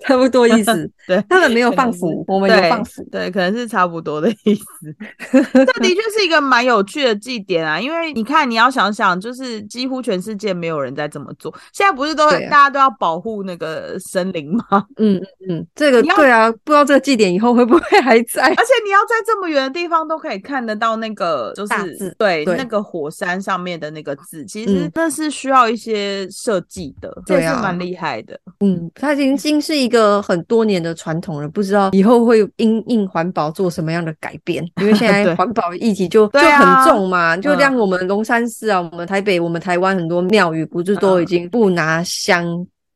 S1: 差不多意思。
S2: 对，
S1: 他们没有放腐，我们有放腐，
S2: 对，可能是差不多的意思。 这的确是一个蛮有趣的祭典啊，因为你看，你要想想，就是几乎全世界没有人在这么做。现在不是都、啊、大家都要保护那个森林吗？
S1: 嗯嗯嗯，这个对啊，不知道这个祭典以后会不会还在？而
S2: 且你要在这么远的地方都可以看得到那个，就是对嗯那个火山上面的那个字，其实那是需要一些设计的，嗯、这是蛮厉害的。
S1: 嗯，它已经是一个很多年的传统了，不知道以后会因应环保做什么样的改变，因为 现在环保议题就就很重嘛，啊、就
S2: 嗯
S1: 让我们龙山寺啊，嗯、我们台北，我们台湾很多庙宇不是
S2: 嗯
S1: 都已经不拿香。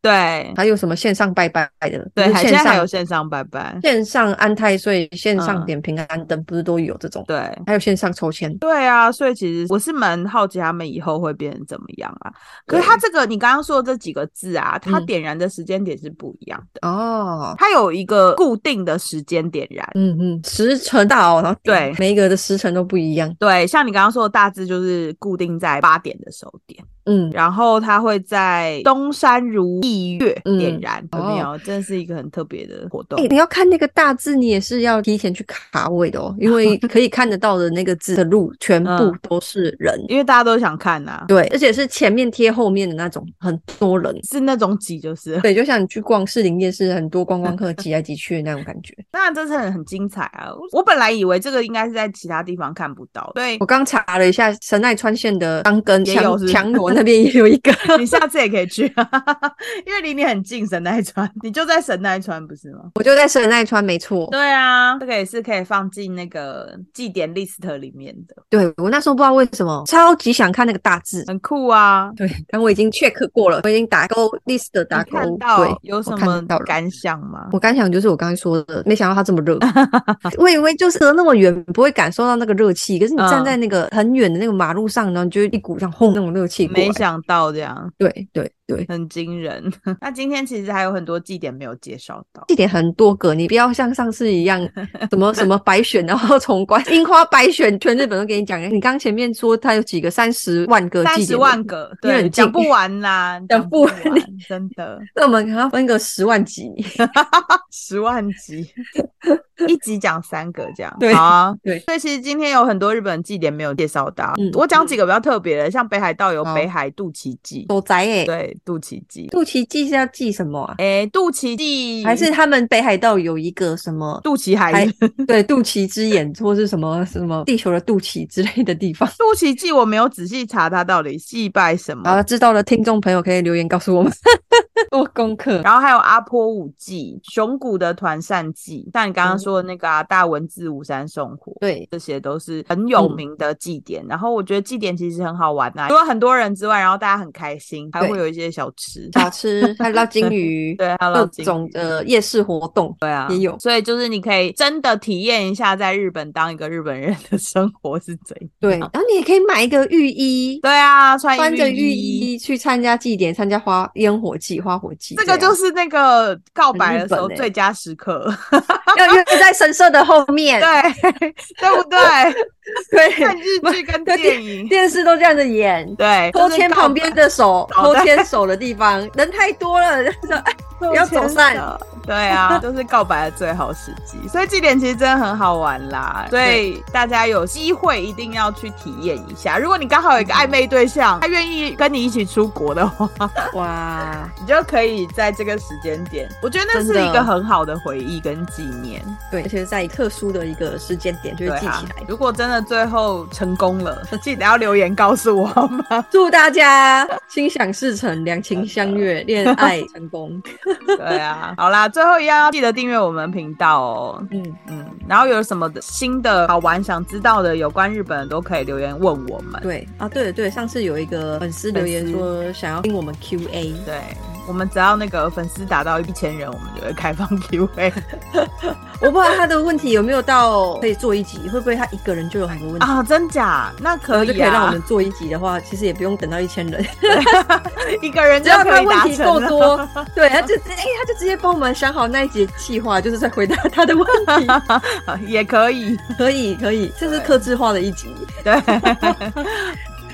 S2: 对，
S1: 还有什么线上拜拜的？
S2: 对，
S1: 线上
S2: 现在还有嗯线上拜拜、
S1: 线上安太岁、线上点平安灯，不是都有这种？
S2: 对，
S1: 还有线上抽签。
S2: 对啊，所以其实我是蛮好奇他们以后会变成怎么样啊。可是他这个你刚刚说的这几个字啊，它点燃的时间点是不一样的
S1: 哦。
S2: 它有一个固定的时间点燃，
S1: 嗯嗯，时辰到，然后
S2: 对，
S1: 每一个的时辰都不一样。
S2: 对，像你刚刚说的大致就是固定在八点的时候点。
S1: 嗯，
S2: 然后它会在东山如意月点燃，嗯、有没有？哦、真是一个很特别的活动。
S1: 哎、欸，你要看那个大字，你也是要提前去卡位的哦，因 为可以看得到的那个字的路全
S2: 嗯
S1: 部都是人，
S2: 因为大家都想看呐、啊。
S1: 对，而且是前面贴后面的那种，很多人
S2: 是那种挤，就是
S1: 对，就像你去逛士林夜市，很多观光客挤来挤去的那种感 觉。
S2: 那真是很很精彩啊！我本来以为这个应该是在其他地方看不到，对
S1: 我刚查了一下，神奈川县的冈根强强罗。那边也有一个，
S2: 你下次也可以去、啊， 因为离你很近。神奈川，你就在神奈川不是吗？
S1: 我就在神奈川，没错。
S2: 对啊，这个也是可以放进那个祭典 list 里面的。
S1: 对我那时候不知道为什么超级想看那个大字，
S2: 很酷啊。
S1: 对，但我已经 check 过了，我已经打勾 list 打勾。
S2: 看到
S1: 对，
S2: 有什么感想吗？
S1: 我感想就是我刚才说的，没想到它这么热。我以为就是隔那么远不会感受到那个热气，可是你站
S2: 嗯
S1: 在那个很远的那个马路上，然后你就一股像轰那种热气。
S2: 没想到这样，
S1: 对对对，对
S2: 很惊人。 那今天其实还有很多祭典没有介绍到，
S1: 祭典很多个，你不要像上次一 样，什么什么白选，然后重关樱花白选，全日本都给你讲。你刚前面说它有几个三十万个祭典，
S2: 三十万个，对，讲不完啦，
S1: 讲不完，
S2: 真的。
S1: 那我们可能分个十万 集，
S2: 十万集，一集讲三个这样，
S1: 对
S2: 啊，
S1: 对。
S2: 所以其实今天有很多日本祭典没有介绍到，嗯、我讲几个比较特别的，像北海道有。北海肚脐祭，
S1: 狗宅哎，
S2: 对，肚脐祭，
S1: 肚脐祭是要祭什么啊？
S2: 哎、欸，肚脐祭
S1: 还是他们北海道有一个什么
S2: 肚脐海，
S1: 对，肚脐之眼或是什么什么地球的肚脐之类的地方。
S2: 肚脐祭我没有仔细查它到底祭拜什么，
S1: 啊，知道了，听众朋友可以留言告诉我们做功课。
S2: 然后还有阿波舞祭、熊谷的团扇祭，像你刚
S1: 哦
S2: 刚说的那个啊，嗯、大文字五山送火，
S1: 对，
S2: 这些都是很有名的祭典。嗯、然后我觉得祭典其实很好玩啊，因为很多人。之外，然后大家很开心，还会有一些些小吃，
S1: 小吃，还有捞金 鱼，
S2: 对，还有
S1: 各
S2: 捞金鱼
S1: 种的夜市活动
S2: 对啊，
S1: 也有。
S2: 所以就是你可以真的体验一下在日本当一个日本人的生活是怎样。
S1: 对，然后你也可以买一个浴衣，
S2: 对啊，穿
S1: 穿着浴
S2: 浴
S1: 衣去参加祭典，参加花烟火祭、花火祭
S2: 这
S1: 样，
S2: 个就是那个告
S1: 很
S2: 白的
S1: 啊日
S2: 时
S1: 本
S2: 候
S1: 欸
S2: 最佳 时刻，
S1: 要约在神社的后面，
S2: 对对不对？ 看
S1: 对，
S2: 日剧跟 电影，
S1: 电视都这样子演。
S2: 对，
S1: 拖
S2: 就是
S1: 牵
S2: 告
S1: 旁
S2: 白
S1: 边的手，
S2: 哦
S1: 拖
S2: 对
S1: 牵手的地方人太多了，就是哎不要走散。
S2: 对 啊，就是告白的最好时机，所以这点其实真的很好玩啦。所以大家有机会一定要去体验一下。如果你刚好有一个暧昧对象，他愿意跟你一起出国的话，
S1: 哇，
S2: 你就可以在这个时间点，我觉得那是
S1: 真的
S2: 一个很好的回忆跟纪念。
S1: 对，而且在特殊的一个时间点就
S2: 对
S1: 会记
S2: 啊
S1: 起来，。
S2: 如果真的最后成功了， 记得要留言告诉我好吗？
S1: 祝大家心想事成，两情相 悦，恋爱成功。
S2: 对啊，好啦，最后一样要记得订阅我们频道哦。
S1: 嗯，
S2: 嗯，然后有什么新的好玩、想知道的有关日本的，都可以留言问我们。
S1: 对啊，对了对了，上次有一个粉丝留言说想要听我们 Q&A，
S2: 对，我们只要那个粉丝达到一千人，我们就会开放 Q&A
S1: 我不知道他的问题有没有到可以做一集，会不会他一个人就有很多问题？
S2: 啊！真假？那可
S1: 然后就可
S2: 以
S1: 以让我
S2: 啊
S1: 们，做一集的话，其实也不用等到一千 人，
S2: 一个人
S1: 只
S2: 就
S1: 要
S2: 可
S1: 他
S2: 以达
S1: 问题
S2: 成
S1: 够
S2: 了。
S1: 多， 对，他就哎、他就直接帮我们想好那一节计划，就是在回答他的问 题。
S2: 也可以，
S1: 可以可以，这是克制化的一集，
S2: 对，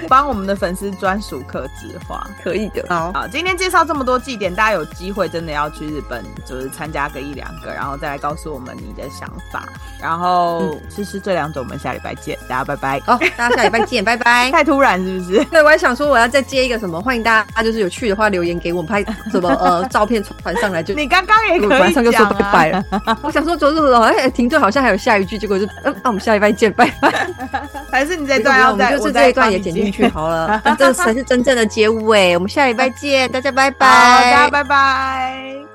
S2: 帮我们的粉丝专属客制化。
S1: 可以的。好，
S2: 好，今天介绍这么多祭典，大家有机会真的要去日本，就是参加个一两个，然后再来告诉我们你的想法。然后，试试这两种，我们下礼拜见，大家拜拜。
S1: 好，大家下礼拜 见，拜拜。
S2: 太突然是不是？
S1: 对，我还想说我要再接一个什么，欢迎大家就是有趣的话留言给我们，拍什么 呃照片传上来就。
S2: 你刚刚也
S1: 我
S2: 可
S1: 马
S2: 以
S1: 上就说
S2: 讲
S1: 拜
S2: 啊
S1: 拜。了。 我想说，昨日好像停顿，好像还有下一句，结果就嗯，那我们下礼拜见，拜拜。
S2: 还是你这
S1: 不
S2: 段
S1: 要啊我
S2: 要
S1: 们
S2: 再
S1: 就是
S2: 我
S1: 这
S2: 再
S1: 一段
S2: 帮
S1: 也
S2: 你
S1: 剪
S2: 接
S1: 进去好 了，这才是真正的结尾。我们下礼拜见，大家拜
S2: 好，大
S1: 拜
S2: 家。拜拜。